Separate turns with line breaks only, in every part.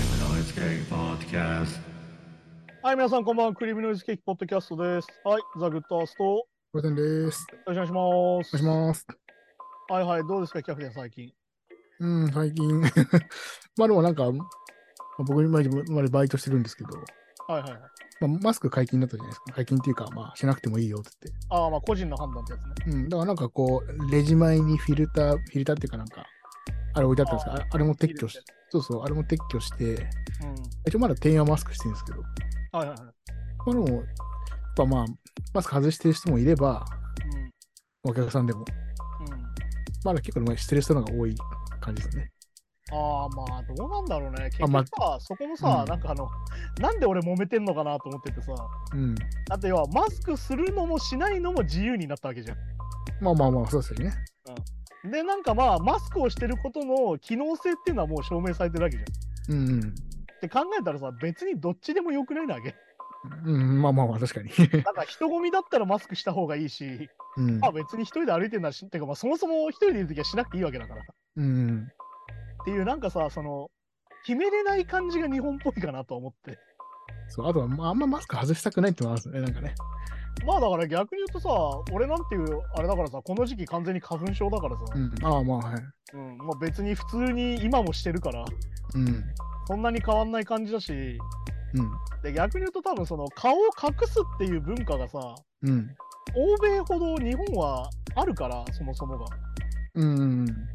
Cake Podcast.
はい、皆さん、こんばんは。クリームノイズケーキポッドキャストです。はい、ザ・グッドアースト、よ
ごてんです。
ろしくお願いし
お
ます。
願いします。
はいはい、どうですか、キャプテン、最近。
うん、最近。 まあでもなんか、まあ僕今までバイトしてるんですけど、
はいはいはい。
まあ、マスク解禁だったじゃないですか。解禁っていうか、まあしなくてもいいよって
ああ、まあ、個人の判断ってやつね。
言って。うん、だからなんかこう、レジ前にフィルター、フィルターっていうかなんか、あれ置いてあったんですかあれあれも撤去し
いいで、
そうそう、あれも撤去して、
うん。
一応まだ店員はマスクしてるんですけど、
はいはいはい。
まあでも、やっぱまあ、マスク外してる人もいれば、お客さんでも、
うん。うん。
まだ結構ねしてる人の方が多い感じですね。
ああ、まあ、どうなんだろうね。結
あ
局さ、
ま
そこもさ、
うん
なんかあの、なんで俺揉めてんのかなと思っててさ、
うん。
だって要は、マスクするのもしないのも自由になったわけじゃ
まあまあまあ、そうですよね。
ん。で、なんかまあ、マスクをしてることの機能性っていうのはもう証明されてるわけじゃん。
うんうん。
って考えたらさ、別にどっちでもよくないなわけ。
うん、まあまあまあ、確かに。
なんか人混みだったらマスクした方がいい し、
うん
まあ別に一人で歩いてるならし、てかまあそもそも一人でいるときはしなくていいわけだから。っ
うん。
ていうなんかさ、その、決めれない感じが日本っぽいかなと思って。
そう、あとは、まあ、あんまマスク外したくないってのもあるんですね、なんかね。
まあだから逆に言うとさ、俺なんていう、あれだからさ、この時期完全に花粉症だからさ、
うん。ああ、まあ、はい。
うん、まあ別に普通に今もしてるから、
うん。
そんなに変わんない感じだし、
うん。
で逆に言うと多分その顔を隠すっていう文化がさ、
うん。
欧米ほど日本はあるから、そもそもが。
うん。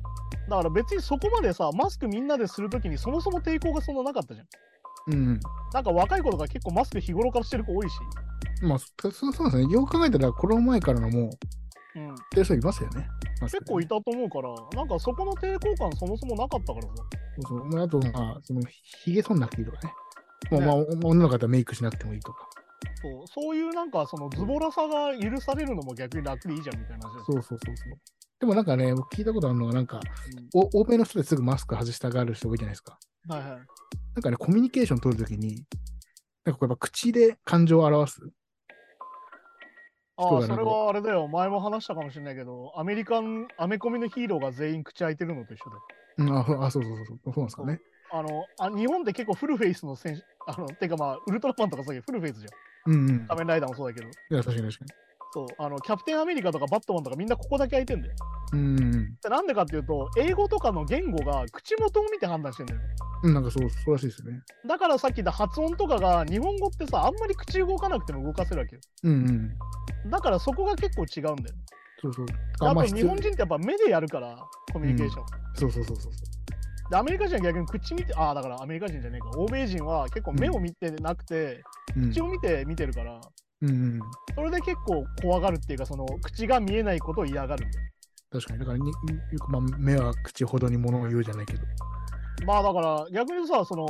だから別にそこまでさ、マスクみんなでするときにそもそも抵抗がそんななかったじゃん。
うん。
なんか若い子とか結構マスク日頃からしてる子多いし。
まあ、そそうそうですね。よく考えたら、コロナ前からのもう、
うん、
ってる人いますよね。マスク
結構いたと思うから、なんかそこの抵抗感そもそもなかったからさ。
そうそう。まあ、あと、まあ、その、ひげ剃んなくていいとかね。まあ、
ね
まあ、お女の方はメイクしなくてもいいとか。
そうそういうなんかそのズボラさが許されるのも逆に楽でいいじゃんみたいな話です。
そうそうそうそう。でもなんかね、僕聞いたことあるのが、なんか、お欧米の人ですぐマスク外したがる人多いじゃないですか。
うんはいはい。
なんかね、コミュニケーション取るときに、なんかこうやっぱ口で感情を表す。
あ
人
あ、そ
がなん
れ
か
はあれだよ。前も話したかもしれないけど、アメリカン、アメコミのヒーローが全員口開いてるのと一緒で。
うん、あ、そうあそうそうそうそう、そうなんですかね。
あの、あ日本って結構フルフェイスの選手、あの、てかまあ、ウルトラマンとかそういうフルフェイスじゃん。
うん、うん。
仮面ライダーもそうだけど。
いや、確かに確か
そう、あの、キャプテンアメリカとかバットマンとかみんなここだけ開いてんだよ。
に。うんうん
でなんでかっていうと、英語とかの言語が口元を見て判断してんだよね。
うん。なんかそう、そうらしいですよね。
だからさっき言った発音とかが、日本語ってさ、あんまり口動かなくても動かせるわけよ。
うんうん。
だからそこが結構違うんだよ。
そうそう。
であと
必
日
要
本人ってやっぱ目でやるから、コミュニケーション。
そうそうそうそう。
で、アメリカ人は逆に口見て、ああ、だからアメリカ人じゃねえか。欧米人は結構目を見てなくて、
うん
口を見て見てるから、
うんうん。
それで結構怖がるっていうか、その口が見えないことを嫌がる。
確かに。だからに、よくまあ、目は口ほどにものを言うじゃないけど。
まあだから逆にさその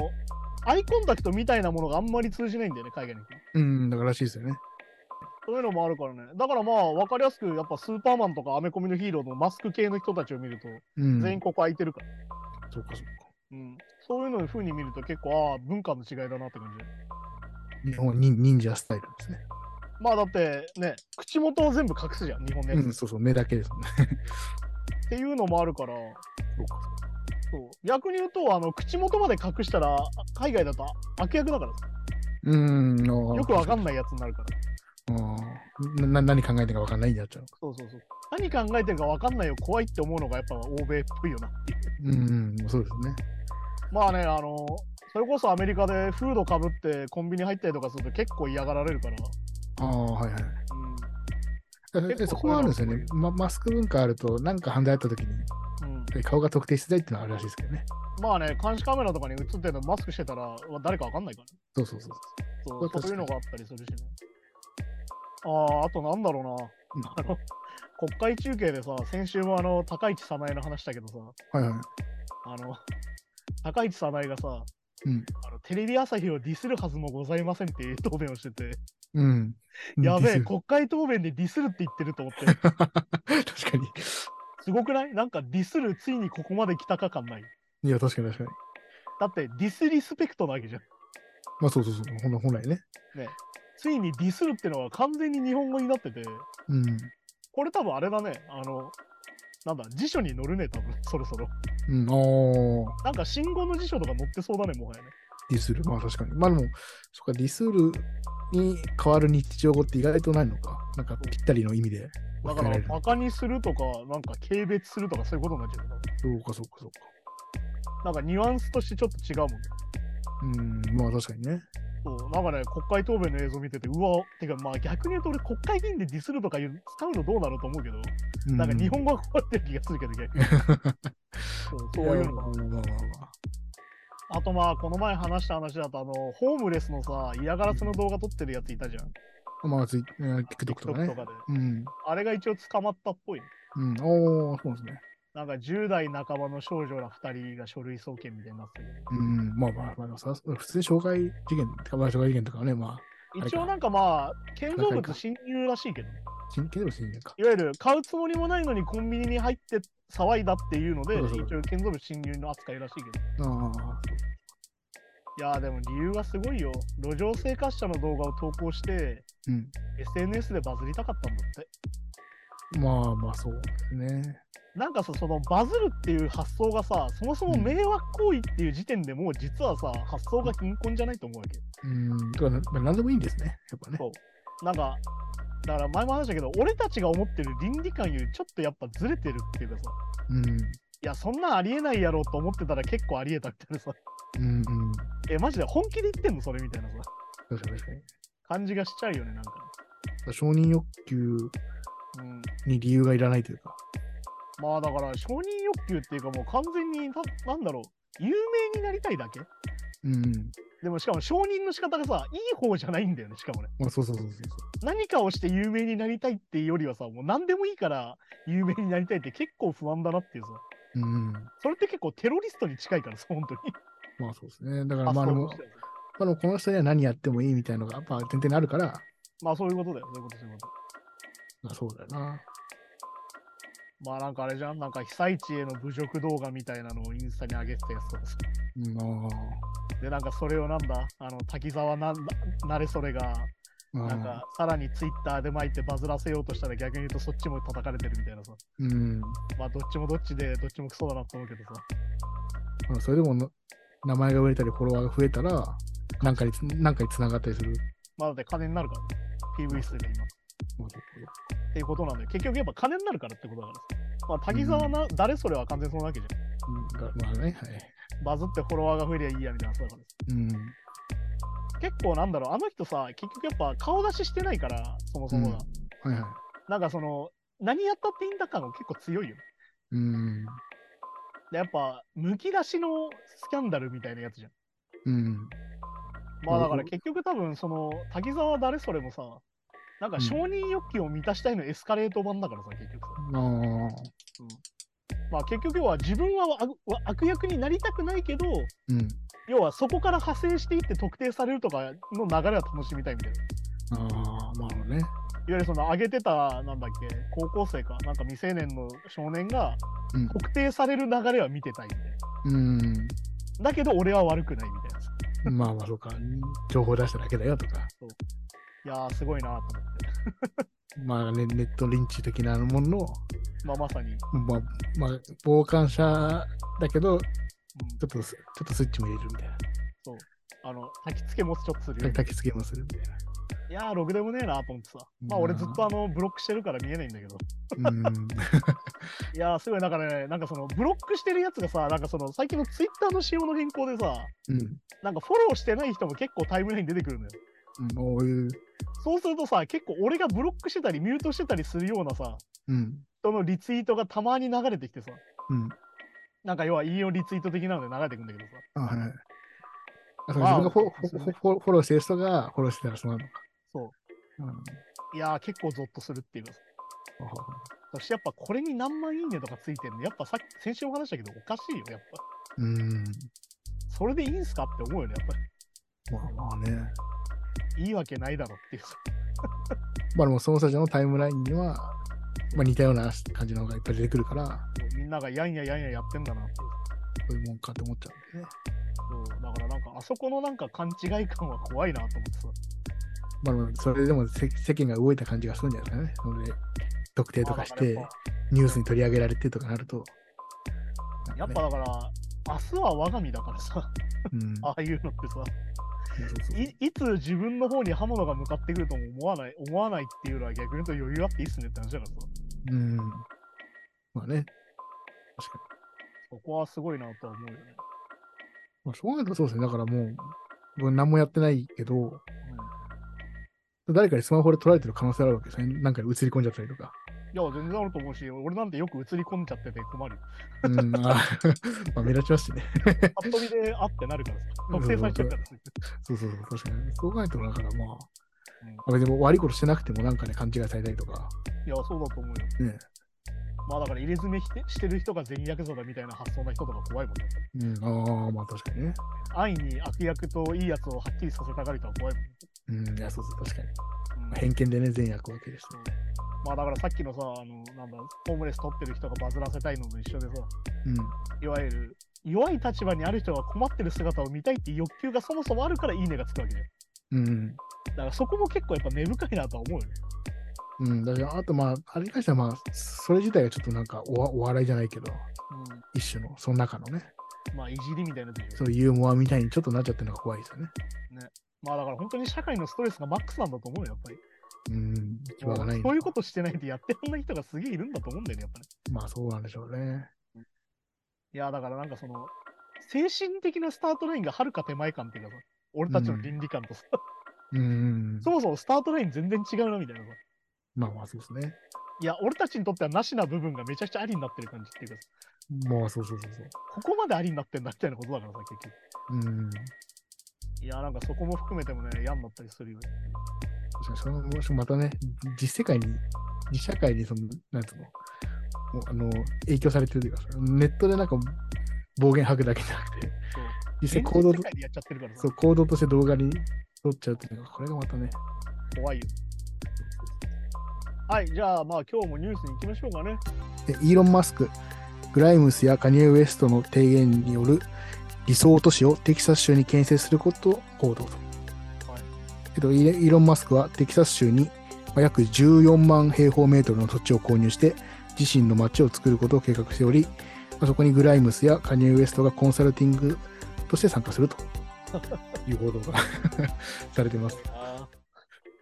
アイコンタクトみたいなものがあんまり通じないんだよね海外の人
うん、だかららしいですよね。
そういうのもあるからねだからまあ分かりやすくやっぱスーパーマンとかアメコミのヒーローのマスク系の人たちを見ると
うん。
全員ここ空いてるから、
そうかそうか。
うんそういうのを風に見ると結構ああ文化の違いだなって感じ
日本は忍忍者スタイルですね。
まあだってね口元を全部隠すじゃん日本のやつ、
う
っ
ん、そうそう、目だけですね。
ていうのもあるから
そうか
そう逆に言うとあの口元まで隠したら海外だと悪役だからさ
そう。うん、ああ
よくわかんないやつになるから
あーなな何考えてるかわかんないんだっちゃうのか。
そうそうそう何考えてるかわかんないよ怖いって思うのがやっぱ欧米っぽいよな
うん、うん、そうですね。
まあね、あの、それこそアメリカでフードかぶってコンビニ入ったりとかすると結構嫌がられるから。
ああ、はいはい。だから
結構
そこはあるんですよ
そうい
ね
う。
ま、マスク文化あると、なんか犯罪あった時に、
うん。うん、
顔が特定しづらいっていうのはあるらしいですけどね。
まあね、監視カメラとかに映ってるのマスクしてたら誰かわかんないから、ね
そうそうそう
そ
これ
う。
確かに
そういうのがあったりするしね。ああ、あとなんだろう
そう。ま
な。あの、 国会中継でさ、先週もあの、高市早苗の話だけどさ、
あ、はいはい。
あの、 高市早苗がさ、
うん
あのテレビ朝日をディスるはずもございませんっていう答弁をしてて、
うん。
やべ
デ
え、
ィ
国会答弁でディスるって言ってると思って。
ス確か
すごくないなんかディスるついにここまで来たか感ない。
に。いや、確かに確かに。
だってディスリスペクトなわけじゃん。
まあそうそうそう。ほん本来ね。
ついにディスるってのは完全に日本語になってて、
うん。
これ多分あれだね、あの、なんだ、辞書に載るね、多分そろそろ。
うん、あ
なんか信号の辞書とか載ってそうだね、もはやね。
ディスる。まあ確かに。まあでも、そっか、ディスるに変わる日常語って意外とないのか。なんかぴったりの意味で
だ
分
か
けら
ら
れる。
バカにするとかなんか軽蔑するとかそういうことになっちゃうよ
そうか、そうか、そうか。
なんかニュアンスとしてちょっと違うもん
うん、まあ確かにね。
そうなんかね、国会答弁の映像見てて、うわ、てか、まあ逆に言うと俺、国会議員でディスるとかいう使うのどうなのと思うけど、
う
なんか日本語が変わってる気がするけど、逆に。 そうそういうの
まあ
が
まあまあまあ
あとまあ、この前話した話だと、あの、ホームレスのさ、嫌がらせの動画撮ってるやついたじゃん。
まあ、ツイうん TikTok とか
TikTok と
ね。
かで。
うん。
あれが一応捕まったっぽいね。
うん。おー、そうですね。
なんか10代半ばの少女ら2人が書類送検みたいになってる
うん。まあまあ、まあ、さ普通に傷害事件とか、まあ、傷害事件とかね、まあれか
一応なんかまあ、建造
なん
物
か
侵入らしいけど、
あ、真剣でも真剣か。
いわゆる買うつもりもないのにコンビニに入って騒いだっていうので、
そうそうそう
一応建造物侵入の扱いらしいけど。
ああ、
いやーでも理由がすごいよ。路上生活者の動画を投稿して、
うん。
SNS でバズりたかったんだって。
まあまあ、そうですね。
なんかさ、そのバズるっていう発想がさ、そもそも迷惑行為っていう時点でもう実はさ、発想が貧困じゃないと思うわけ。
うん。とか、なまあ、なんでもいいんですね。やっぱね。
そう。なんか、だから前も話したけど、俺たちが思ってる倫理観よりちょっとやっぱずれてるっていうかさ、
うん。
いや、そんなんありえないやろうと思ってたら結構ありえたみたいなさ、
うんうん。
え、マジで本気で言ってんのそれみたいなさ、
確かに確かに。
感じがしちゃうよね、なんか。
承認欲求
うん。
に理由がいらないというか。
まあだから承認欲求っていうかもう完全にたなんだろう有名になりたいだけ
うん。
でもしかも承認の仕方がさいい方じゃないんだよねしかもね
まあ、そうそうそうそう
何かをして有名になりたいっていうよりはさもう何でもいいから有名になりたいって結構不安だなっていうさ
そう。うん。
それって結構テロリストに近いからさ本当に
まあ、そうですね。だから、
発
まあ、で
想としては
も、まあ、でもこの人には何やってもいいみたいなのが、まあ、点々にあるから、
まあそういうことだよそういうことそういうこ
まあ、そうだよな。
とまあなんかあれじゃんなんか被災地への侮辱動画みたいなのをインスタに上げてたやつとかさ
ま
でなんかそれをなんだあの滝沢なんなれそれが
あ、まあ、
なんかさらにツイッターで巻いてバズらせようとしたら逆に言うとそっちも叩かれてるみたいなさ。
うん。
まあどっちもどっちでどっちもクソだなと思うけどさ。
まあ、それでもな名前が売れたり、フォロワーが増えたら、なんかにつ、なんかに繋がったりする。
まあだって金になるから、ね、PV 数が今。
まあそう
っていうことなんで、結局やっぱ金になるからってことだからさ。まあ滝沢な、誰それは完全にそのわけじゃ
うんがまあね、はい。
ん。バズってフォロワーが増えりゃいいやみたいなそうだからさ
うん。
結構なんだろう、あの人さ、結局やっぱ顔出ししてないから、そもそもが。
うんはいはい。
なんかその、何やったっていいんだ感が結構強いよね。
うん。
でやっぱ、むき出しのスキャンダルみたいなやつじゃん。
うん。
まあだか
う
ら
ん
結局多分その滝沢誰それもさなんか承認欲求を満たしたいのエスカレート版だからさ結局さ
ああ。
まあ結局要は自分は悪悪役になりたくないけど
うん。
要はそこから派生していって特定されるとかの流れは楽しみたいみたいない
ああ、まあね。
わゆるその上げてたなんだっけ高校生かなんか未成年の少年が
うん
特定される流れは見てたいみたいな
うん。
だけど俺は悪くないみたいなさ
まあまあそうか。情報出しただけだよとか。
いやーすごいなと思って
まあね、ネットリンチ的なものの、
まあまさに、うん、
まあ、まあ、傍観者だけど、ちょっとス、ちょっとスイッチも入れるみたいな。
あの焚きつけもちょっとするよね
焚き付けもするみたい
いやー、ログでもねえなと思ってさ。まあ、
うん
俺ずっとあの、ブロックしてるから見えないんだけど。
な。うん。
いやー、すごい、なんかね、なんかその、ブロックしてるやつがさ、なんかその、最近のツイッターの仕様の変更でさ、
うん。
なんかフォローしてない人も結構タイムラインに出てくるのよ。
うんこういう、
そうするとさ、結構俺がブロックしてたり、ミュートしてたりするようなさ、
うん。
人のリツイートがたまに流れてきてさ、
うん。
なんか要は引用リツイート的なので流れてくんだけどさ。
あはい。あ、そ
まあ
う自分がフォ
そうです
フォフォフォローしてる人がフォローしてたらそうなのか。
そう
うん。あ
いやー、結構ゾッとするっていうかさ。そしてやっぱこれに何万いいねとかついてんの、やっぱさっき、先週お話したけど、おかしいよ、やっぱ。
うん。
それでいいんすかって思うよね、やっぱ
まあまあね。
り。いいわけないだろっていうさ。
まあでもその人たちのタイムラインには、まあ、似たような感じの方がいっぱい出てくるから、
みんながやんややんややってんだなっていう。
そういうもんかって思っちゃうんだよね。
そうだからなんかあそこのなんか勘違い感は怖いなと思ってさ。
まあでもそれでも世世間が動いた感じがするんじゃないですかね。それで特定とかし
まあだから
て
やっ、
ニュースに取り上げられてとかなると。
ぱやっ
なん
ぱ
かね
だから、明日は我が身だからさ、
うん。
ああいうのってさ
そうそうそう
いいつ自分の方に刃物が向かってくるとも思わない思わないっていうのは逆に言うと余裕あっていいっすねって話だからさ
うん。まあね。確かに。
そこはすごいなとは思うよね、
まあ、しょうがないとそうですね。だからもう、僕何もやってないけど、誰かにスマホで撮られてる可能性あるわけですね。なんかに映り込んじゃったりとか。
うん、いや全然あると思うし俺なんてよく映り込んじゃってて困 るよ
うん、あーまあ目立ちますしね。
パッと見であってなるからさ特定されちゃうからさ
そうそうそう、確かに。そう考えると、だからま
うん
あ、別に悪いことしてなくてもなんかね、勘違いされたりとか、
いやそうだと思うよ
ね。
まあだから入れ墨してしてる人が全員ヤクザだみたいな発想な人とか怖いもんね
うん、ああ、まあ確かにね。
安易に悪役といいやつをはっきりさせたがる人は怖いもんね、
うん、いや、そうそう、確かに。
うん
まあ偏見でね、善悪わけです。
そうまあだからさっきのさ、あの、なんだ、ホームレス取ってる人がバズらせたいのと一緒でさ、
うん、
いわゆる弱い立場にある人が困ってる姿を見たいっていう欲求がそもそもあるからいいねがつくわけだよ。
う
だ
ん、
からそこも結構やっぱ根深いなとは思うよね。
うん。だから、あとまあ、あれに関してはまあ、それ自体がちょっとなんかおわお笑いじゃないけど、一種の、その中のね、
うん。まあいじりみたいなという
そういうユーモアみたいにちょっとなっちゃってるのが怖いですよね。
まあだから本当に社会のストレスがマックスなんだと思うよ、やっぱり。
うん、行き場がない
そういうことしてないとやってらんない人がすげえいるんだと思うんだよね、やっぱり。
まあそうなんでしょうね。
いや、だからなんかその、精神的なスタートラインがはるか手前感っていうかさ、俺たちの倫理観とさ、
うん、
そもそもスタートライン全然違うなみたいなさ。
まあまあそうですね。
いや、俺たちにとってはなしな部分がめちゃくちゃありになってる感じっていうか、
まあそうそうそうそう。
ここまでありになってんだみたいなことだからさ、結局。
うん。
いや、なんかそこも含めてもね、嫌になったりするよね。
確かにそのもしまたね、実世界に、実社会にその、なんつうの、もうあの、影響されてるというか、ネットでなんか暴言吐くだけじゃなくて、
そう。
実際
現
行動
実
と
世、界でやっちゃってるからさ
そ、う、行動として動画に撮っちゃうっていうのが、これがまたね、
怖いよ。はい、じゃあまあ今日もニュースに行きましょうかね。
でイーロン・マスク、グライムスやカニエ・ウエストの提言による理想都市をテキサス州に建設することを報道と。
はい
えっと、イーレイーロン・マスクはテキサス州にまあ約14万平方メートルの土地を購入して自身の街を作ることを計画しており、まあそこにグライムスやカニエ・ウエストがコンサルティングとして参加するという報道が されてます。
あ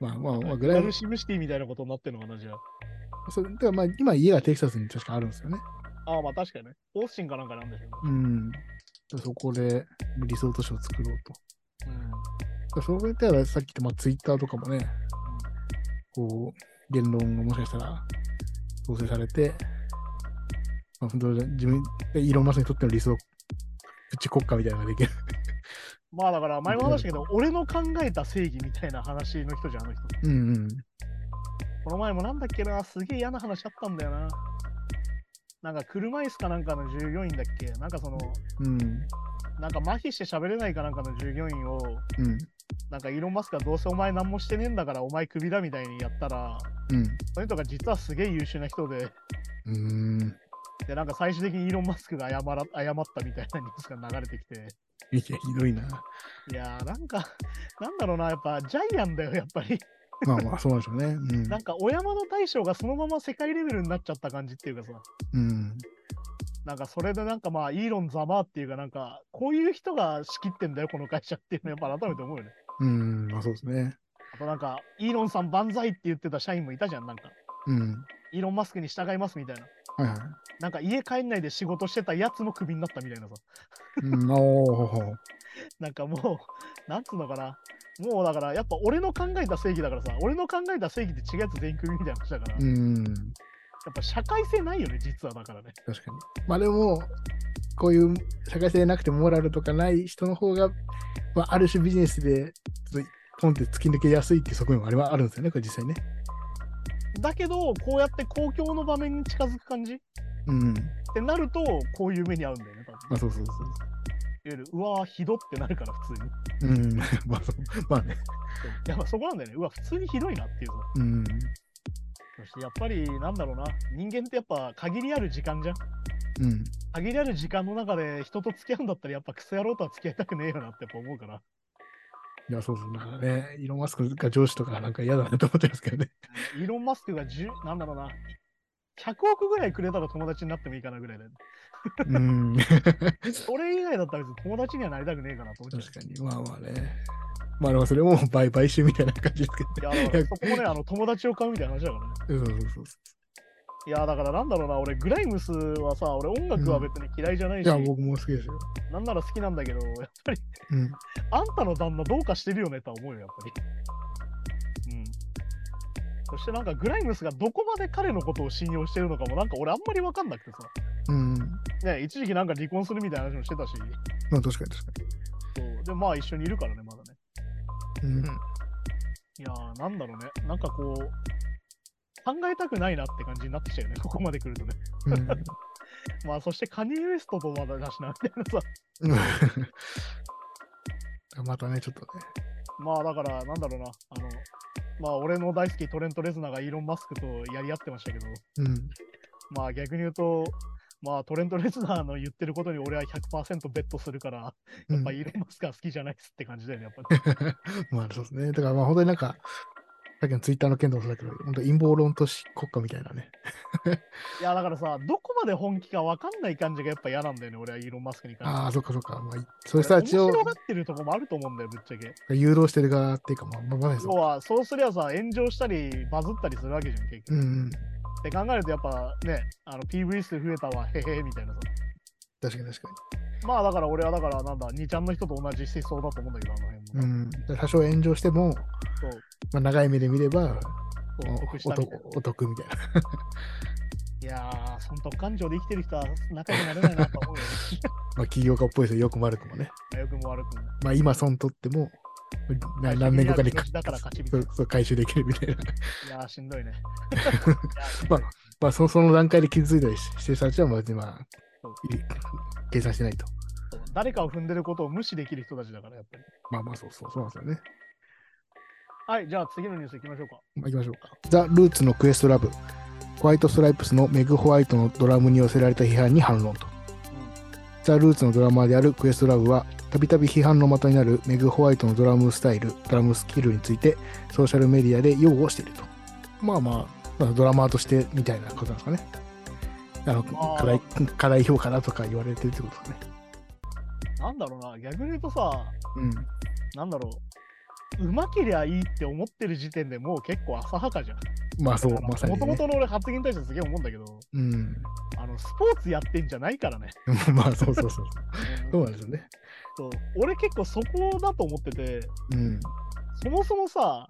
まあまあ、まあ、グ
グ
ラ
ラ
イム
ル
ス、
シムシティみたいなことになってるのかな、じゃあ。
そうだからまあ今家がテキサスに確かあるんですよね。
ああ、まあ確かにね。オースティンかなんかなんでしょうね。
うん。そこで理想都市を作ろう
うん。
と。それではさっき言った、まあ、ツイッターとかもね、こう、言論がもしかしたら統制されて、まあ、本当に自分、イーロン・マスクにとっての理想、プチ国家みたいなのができる。
まあだから前も話したけど、俺の考えた正義みたいな話の人じゃん、あの人。
うんうん。
この前もなんだっけな、すげえ嫌な話あったんだよな。なんか車椅子かなんかの従業員だっけなんかその、
うん。
なんか麻痺して喋れないかなんかの従業員を、
うん。
なんかイーロン・マスクがどうせお前何もしてねえんだからお前クビだみたいにやったら、
うん。
その人が実はすげえ優秀な人で、
うーん。
で、なんか最終的にイーロン・マスクが謝ら謝ったみたいなニュースが流れてきて、
いや、ひどいな。
いやーなんか、なんだろうな、やっぱジャイアンだよ、やっぱり。
まあまあ、そうなんでしょうね。うん
なんか、小山の大将がそのまま世界レベルになっちゃった感じっていうかさ、。
うん。
なんかそれでなんかまあイーロンざまっていうかなんかこういう人が仕切ってんだよこの会社っていうのやっぱ改めて思うよね。
うん。まあそうですね。
あとなんかイーロンさん万歳って言ってた社員もいたじゃんなんか
うん。
イーロンマスクに従いますみたいな。
はいはい。
なんか家帰んないで仕事してたやつもクビになったみたいなさ。
うん、おー。
なんかもうなんつうのかな。もうだからやっぱ俺の考えた正義だからさ俺の考えた正義って違うやつ全員クビみたいな話だから、
う
や
ん。
っぱ社会性ないよね実はだからね。
確かに。まあでも、こういう社会性なくてモラルとかない人の方が、まあ、ある種ビジネスで、ちょっとポンって突き抜けやすいっていう側面もあれはあるんですよね、これ実際ね。
だけどこうやって公共の場面に近づく感じっ
うん。
てなるとこういう目に遭うんだよね多分。
まあそうそうそ
いわゆるうわーひどってなるから普通に。
う。うん。 まあそう。まあね。
やっぱそこなんだよね。うわ、普通にひどいなっていうさ。
うん。
そしてやっぱり、なんだろうな。人間ってやっぱ限りある時間じゃん。
うん。
限りある時間の中で人と付き合うんだったら、やっぱクソ野郎とは付き合いたくねえよなってやっぱ思うから。
いや、そうそう。だからね、イーロン・マスクが上司とかなんか嫌だなと思ってますけどね。
イーロン・マスクが10、なんだろうな。 100億ぐらいくれたら友達になってもいいかなぐらいで、
うん。
それ以外だったら別に友達にはなりたくねえかなと思っちゃう
確かに。まあまあね。まあでもそれも売買してみたいな感じですけど。
いやだからそこもね、あの友達を買うみたいな話だからね。
そうそうそうそ
いやだからなんだろうな、俺、グライムスはさ、俺音楽は別に嫌いじゃな
う。
い
い
し、
や、僕も好きですよ。
なんなら好きなんだけど、 やっぱり、
うん。
あんたの旦那どうかしてるよねとは思うよ、やっぱり。うん。そしてなんか、グライムスがどこまで彼のことを信用してるのかも、なんか俺あんまりわかんなくて
うん。
さ、ね、一時期なんか離婚するみたいな話もしてたし、
まあ確かに確か
そうで、まあ一緒にいるからね、まだね。
に。うん。
いやー、なんだろうね、なんかこう、考えたくないなって感じになってきちゃうよね、ここまで来るとね。
う
まあ、そしてカニエ・ウエストとまだだしな、みたいなさ。
ん またね、ちょっとね。
まあ、だから、なんだろうな。あの、まあ、俺の大好きトレント・レズナーがイーロン・マスクとやり合ってましたけど、
うん。
まあ、逆に言うと、まあ、トレント・レズナーの言ってることに俺は100%ベットするから、
う
や
ん
っぱイーロン・マスクは好きじゃないっすって感じだよね、やっぱり。
まあそうですね。だからまあ本当になんか、さっきのツイッターの件でもそうだけど、本当陰謀論とし国家みたいなね。
いや、だからさ、どこまで本気か分かんない感じがやっぱ嫌なんだよね、俺はイーロン・マスクに関して。
ああ、そっかそっか。まあ、そういう
俺
人た
面
ちを
白がってるとこもあると思うんだよ、ぶっちゃけ。
誘導してる側っていうか、まあ、まあまさに
要
そう。
は、そうすりゃさ、炎上したり、バズったりするわけじゃん、結局。
うんうん。
って考えるとやっぱね、あの PV 数増えたわ、へへみたいなさ。
確かに確か
まあだから俺はだからなんだ、2ちゃんの人と同じ思想だと思うんだけど、あの辺
に。う
も。
ん。だから多少炎上しても、
そう
まあ、長い目で見れ
そ
ば、
う
お
得したみたいな
おお得みたいな。
いやー、損得感情で生きてる人は仲良くなれないなと思う よ
まあ、起業家っぽいですよ。よくも悪くもね。
ね。良くも悪くも。
まあ、今損取っても、な何年後かに
最終的にはだから勝ちみた
そ
いうな。
そう回収できるみたいな。
いやー、しんどいね。
まあまあ、そその段階で傷ついたりししてる人たちは、まあ、まあ
そう、
い計算してないと。
そう誰かを踏んでることを無視できる人たちだから、やっぱり。
まあまあ、そうそう、そうなんですよね。
はい、じゃあ次のニュース行きましょうか。
まあ、行きましょうか。ザ・ルーツのクエストラブ。ホワイトストライプスのメグ・ホワイトのドラムに寄せられた批判に反論と。ザ・ルーツのドラマーであるクエストラブは、たびたび批判の的になるメグ・ホワイトのドラムスタイル、ドラムスキルについて、ソーシャルメディアで擁護していると。まあまあ、まあドラマーとしてみたいなことなんですかね。あの、
まあ
課題、課題評価だとか言われてるってことですね。
なんだろうな、逆に言うとさ、
うん。
なんだろう、うまけりゃいいって思ってる時点でもう結構浅はかじゃん。
まあそう、ま
も
さ
と
に、ね。
もとの俺発言に対してすげえ思うんだけど、
うん。
あのスポーツやってんじゃないからね。
まあそう そうそう。そうなんですよね。
そう俺結構そこだと思ってて、
うん。
そもそもさ、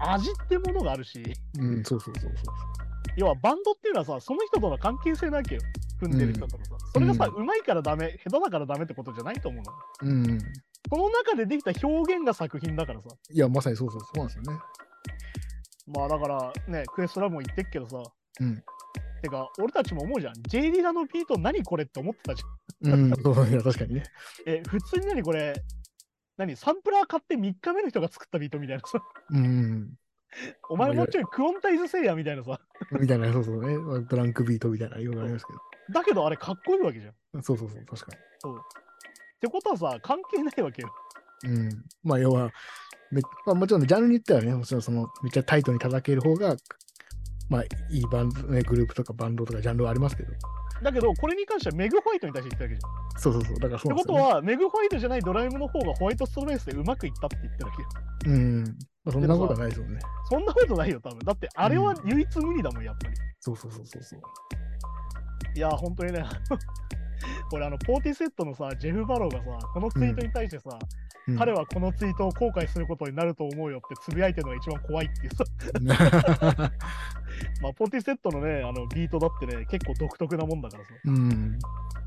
味ってものがあるし、
うん、そうそうそうそう。
要はバンドっていうのはさ、その人との関係性なわけよ。組んでる人とのさ、それがさ、
う
うまいからダメ、下手だからダメってことじゃないと思うの。
うんうん。
その中でできた表現が作品だからさ。
いや、まさにそうそう、そうなんですよね。
まあだからね、クエストラブも言ってっけどさ、
うん
てか、俺たちも思うじゃん。J リーガーのビート何これって思ってたじゃん。
うん、そういや確かにね。
え、普通に何これ、何サンプラー買って3日目の人が作ったビートみたいなさ。
うん。
お前もうちょいクオンタイズせいやみたいなさ。
みたいな、そうそうね。まあブランクビートみたいな、よくありますけ
だけどあれかっこいいわけじゃん。っ
ど。そうそうそう、確か
てことはさ、関係ないわけよ。
に。うん。まあ、要は、めまあ、もちろんね、ジャンルに言ったらね、もちろんその、めっちゃタイトに叩ける方が、まあ、いいバンド、ね、グループとかバンドとかジャンルはありますけど。
だけど、これに関してはメグホワイトに対して言ってるわけじゃん。
そうそうそう、だからそう
っ
なんで
て
す
こと
よ、ね。
は、メグホワイトじゃないドライブの方がホワイトストレースでうまくいったって言ってるわけよ。
うん。まあ、そんなことはないですよね。
そんなことないよ、多分。だってあれは唯一無二だもん、やっぱり。
そうそうそうそうそう。
いや、本当にね、 あの俺、あの、ポーティセットのさ、ジェフ・バローがさ、このツイートに対してさ、
うん
彼はこのツイートを後悔することになると思うよってつぶやいてるのが一番怖いっていうさ、 まあ、ポーティセットのね、あの、ビートだってね、結構独特なもんだからさ、
うん。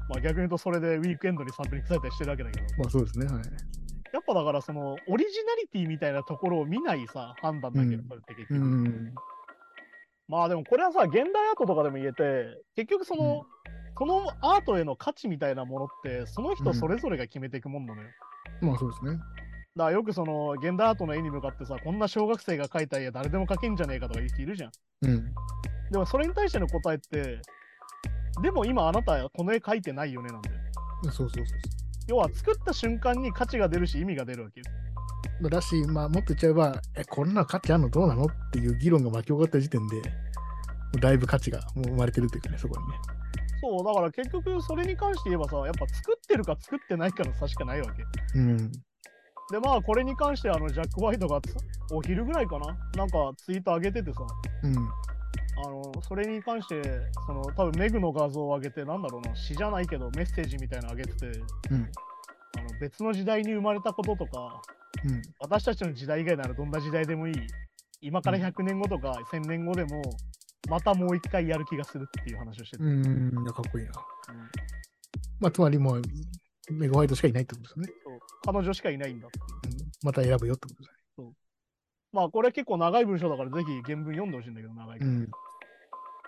まあ、逆に言うとそれでウィークエンドにサンプリングされたりしてるわけだけど、
まあ、そうですね。はい。
やっぱだから、その、オリジナリティみたいなところを見ないさ、判断だけど、
うん
それって結
う
局。
ん。
まあ、でもこれはさ、現代アートとかでも言えて、結局その、そのアートへの価値みたいなものって、その人それぞれが決めていくもんなのよ。
まあ、そうですね。
だからよくその現代アートの絵に向かってさこんな小学生が描いた絵誰でも描けんじゃねえかとか言う人いるじゃん
うん。
でもそれに対しての答えってでも今あなたこの絵描いてないよねなんだよ
そうそうそうそう。
要は作った瞬間に価値が出るし意味が出るわけよ
だし、まあ、もっと言っちゃえば、え、こんなの価値あるのどうなのっていう議論が巻き起こった時点で、だいぶ価値がもう生まれてるというかね、そこにね。
そう、だから結局それに関して言えばさ、やっぱ作ってるか作ってないかの差しかないわけ。
うん。
で、まあこれに関してあのジャック・ホワイトがつお昼ぐらいかななんかツイート上げててさ、
うん。
あの、それに関して、その多分メグの画像を上げて、なんだろうな、詩じゃないけどメッセージみたいなの上げてて、
うん
あの別の時代に生まれたこととか、
うん。
私たちの時代以外ならどんな時代でもいい今から100年後とか1000年後でもまたもう一回やる気がするっていう話をしてて、
うん、いやかっこいいな。まあ、つまりもう、メグホワイトしかいないってことですよね。
そう彼女しかいないんだっていう
うん、また選ぶよってことです
まあこれ結構長い文章だからぜひ原文読んでほしいんだけど長いけ
よ
ど、
ね。うん。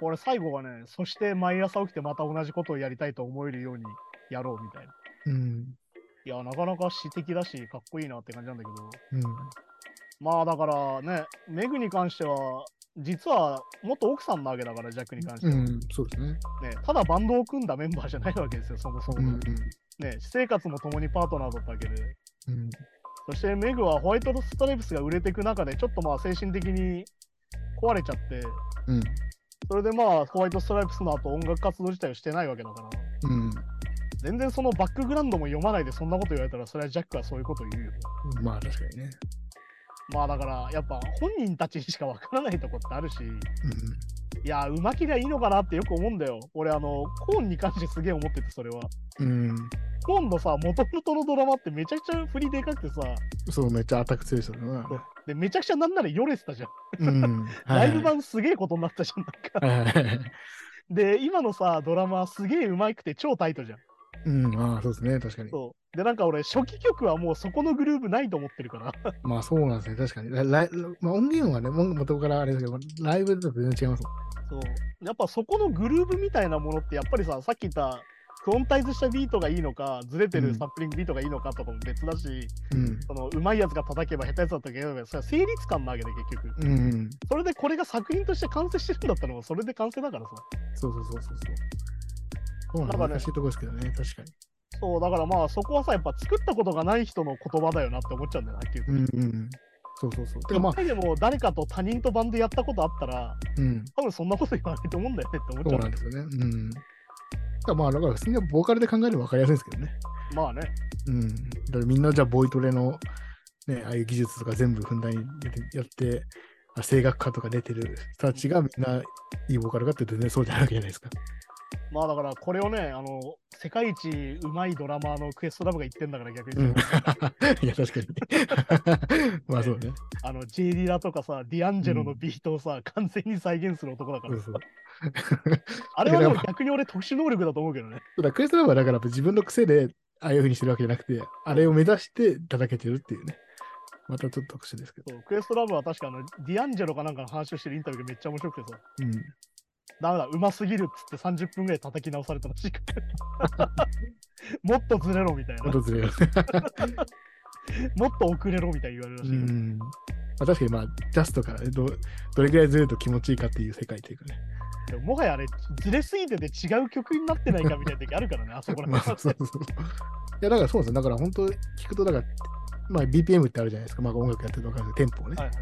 これ最後がねそして毎朝起きてまた同じことをやりたいと思えるようにやろうみたいな
うん。
いやなかなか詩的だしかっこいいなって感じなんだけど
うん。
まあだからねメグに関しては実は元奥さんなわけだからジャックに関して
う
は、
ん、そうですね。
ねただバンドを組んだメンバーじゃないわけですよそもそも
う
が、
ん。うん
ね、私生活も共にパートナーだったわけで、
うん。
そしてメグはホワイトストレイプスが売れていく中で、ちょっとまあ精神的に壊れちゃって、
うん。
それでまあホワイトストライプスの後音楽活動自体をしてないわけだから、
うん。
全然そのバックグラウンドも読まないでそんなこと言われたら、それはジャックはそういうこと言うよ。
まあ、確かにね。
まあだから、やっぱ本人たちにしかわからないとこってあるし、
うん。
いや、うまきがいいのかなってよく思うんだよ。俺、あの、コーンに関してすげえ思ってて、それは。
うん、
コーンのさ、元々のドラマってめちゃくちゃ振りでかくてさ、
そう、めっちゃアタック強い人だな。
でめちゃくちゃなんならよれてたじゃん。
うん。
ライブ版すげえことになったじゃん。なんか
はいはいはい
で、今のさ、ドラマすげえうまくて超タイトじゃん。
うん、ああ、そうですね、確かに。
そう。で、なんか俺、初期曲はもうそこのグルーブないと思ってるから。
まあ、そうなんですね、確かに。ラライまあ、音源はね、も元からあれですけど、ライブだと全然違いますもん。
そう。やっぱそこのグルーブみたいなものって、やっぱりさ、さっき言った、クオンタイズしたビートがいいのか、ずれて
うん
るサンプリングビートがいいのかとかも別だし、
うん。
その、うまいやつが叩けば下手やつだったけど、それは成立感なわけで、結局。
うん。
それでこれが作品として完成してるんだったのは、それで完成だからさ。
そうそうそうそうそう。そうなん
なんか
だ
ね
難しいとこですけどね、確かに。
そう、だからまあ、そこはさ、やっぱ作ったことがない人の言葉だよなって思っちゃうんだよな、結局。
うんうん。そうそうそう。てかま
一
あ、
回でも誰かと他人とバンドやったことあったら、
うん。
多分そんなこと言わないと思うんだよねって思っちゃ
そう
う
なんですよね。うん。だからまあ、だから普通にボーカルで考えれば分かりやすいんですけどね。
まあね、
うん。だからみんなじゃあ、ボイトレの、ね、ああいう技術とか全部ふんだんにやってやって、あ声楽家とか出てる人たちがみんないいボーカルかって全然そうじゃないわけじゃないですか。
まあだからこれをね、あの、世界一うまいドラマーのクエストラブが言ってんだから逆に、
うん いや、確かに。 まあそうね。
あの、ジェイリラとかさ、ディアンジェロのビートをさ、完全に再現する男だか
そ
ら
うそう。
あれはでも逆に俺特殊能力だと思うけどね。
そうだクエストラブはだからやっぱ自分の癖でああいうふうにしてるわけじゃなくて、あれを目指して叩けてるっていうね。またちょっと特殊ですけど。
そうクエストラブは確かあの、ディアンジェロかなんかの話をしてるインタビューがめっちゃ面白くてさ、
うん。
ダメだ、うますぎるっつって30分ぐらい叩き直されたらしいから。 もっとずれろみたいな。も
訪れる。
っと遅れろみたいに言われるら
う
しいから。
ん。まあ確かにまあ、ジャストからねどどれぐらいずれると気持ちいいかっていう世界というかね。
でももはやあれ、ずれすぎてて違う曲になってないかみたいな時あるからね、あそこら
まあ、そうそう
辺。
そう。いや、だからそうですね。だから本当、聞くと、だから、まあ、BPM ってあるじゃないですか。まあ、音楽やってると分かるんですけど、テンポをね。
はいはい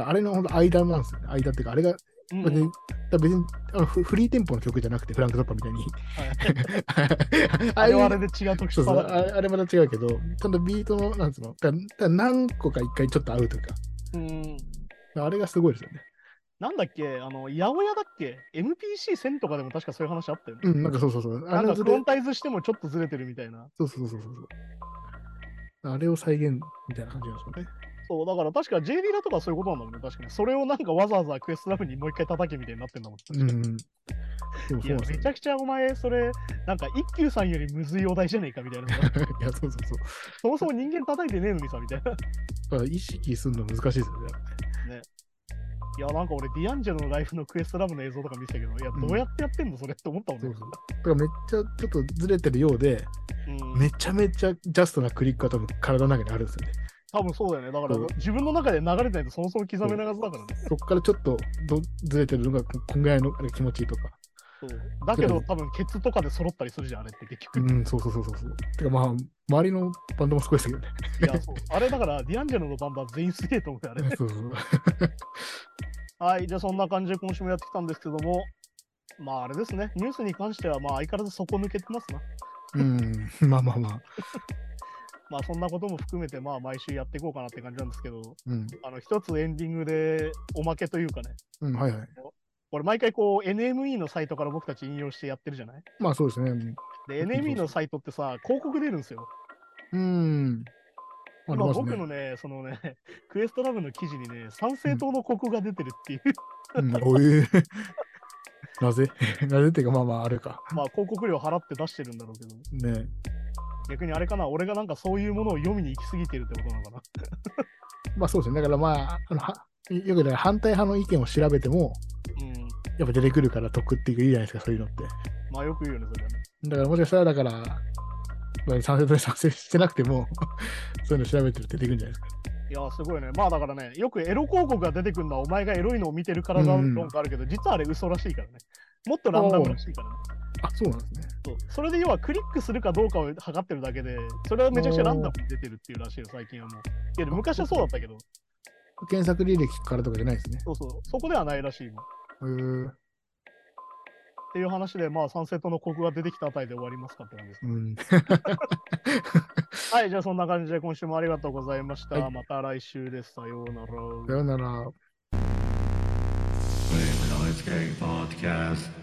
あれの本当間なんですよね。間っていうか、あれが、
うん
だから別にあのフフリーテンポの曲じゃなくて、フランク・ザッパみたいに。
あれはあ
あ
れ
いう
で違う特
そ
殊
うそ
さ
う
だから
あれあれまた違うけど、ちゃんとビートの、なんつうの、だだから何個か一回ちょっと合うというか、
うん
あれがすごいですよね。
なんだっけ、あの、八百屋だっけ ?MPC1000 とかでも確かそういう話あったよね。
うん、なんかそうそうそう。あ
なん
れ
か
ず
ク
れ
ロンタイズしてもちょっとずれてるみたいな。
そうそうそうそうそう。あれを再現みたいな感じなんですよね。
そう、だから確か J リーラとかそういうことなんだもんね、確かに。それをなんかわざわざクエストラフにもう一回叩けみたいになってんだもん。
うん。でも
い
そう
や、
なんです
め
よ
ちゃくちゃお前、それ、なんか一休さんよりむずいお題じゃねえかみたいな。
いや、そうそうそう。
そもそも人間叩いてねえのにさ、みたいな。
だから意識するの難しいですよね。
いや、なんか俺、ディアンジェロのライフのクエストラブの映像とか見てたけど、いや、
うん
どうやってやってんの、それって思ったもん
そ
ね
う。そう。だからめっちゃちょっとずれてるようで、
うん、
めちゃめちゃジャストなクリックが多分体の中にあるんですよね。
多分そうだよね。だから、
そう
自分の中で流れてないと、そもそも刻めないはずだからね。
そっからちょっとどずれてるのがここんぐらいのあれ気持ちいいとか。
そうだけど、多分ケツとかで揃ったりするじゃん、あれって結
う
局。
ん、そうそうそうそうそう。てかまあ、周りのバンドもすごいですけどね。
いや、そう。あれだから、ディアンジェロのバンドは全員すげえと思うよ、あれ。
そうそう。
はい、じゃあそんな感じで今週もやってきたんですけども、まああれですね、ニュースに関してはまあ相変わらず底抜けてますな。
うん、まあまあまあ。
まあそんなことも含めてまあ毎週やっていこうかなって感じなんですけど、
うん、
あの一つエンディングでおまけというかね、
うん、はいはい。
これ毎回こう NME のサイトから僕たち引用してやってるじゃない
まあそうですね。
で、NME のサイトってさ、広告出るんですよ。
うん。あり
今
ます
僕
ね
の。ね、そのね、クエストラブの記事にね、参政党の広告が出てるっていう、
うん、おえ なぜ なぜっていうか、まあまあ、あれか。
まあ広告料払って出してるんだろうけど、
ね
逆にあれかな、俺がなんかそういうものを読みに行き過ぎてるってことなのかな。
まあそうですね。だからまあ、あのはよくね、反対派の意見を調べても、
うん。
やっぱ出てくるから得っていくいいじゃないですか、そういうのって。
まあよく言うよね、それはね。
だからもしかしたら、だから、まあ賛成と賛成してなくても、 そういうの調べてると出てくるんじゃないですか。
いやー、すごいね。まあだからね、よくエロ広告が出てくるのはお前がエロいのを見てるからだ
うん
論があるけど、実はあれ嘘らしいからね。もっとランダムらしいからね。
あ、そうなんですね。
そうそれで要はクリックするかどうかを測ってるだけで、それはめちゃくちゃランダムに出てるっていうらしいよ、最近はもう。いや、でも昔はそうだったけど、
検索履歴からとかじゃないですね。
そうそう、そこではないらしいもん。っ
へー
ていう話で、まあ、サンセットのコクが出てきたあたりで終わりますかって感じです。
うん。
はい、じゃあそんな感じで今週もありがとうございました。
はい
また来週です。さようなら
さ。ようなら。
Wave Noise Gang Podcast.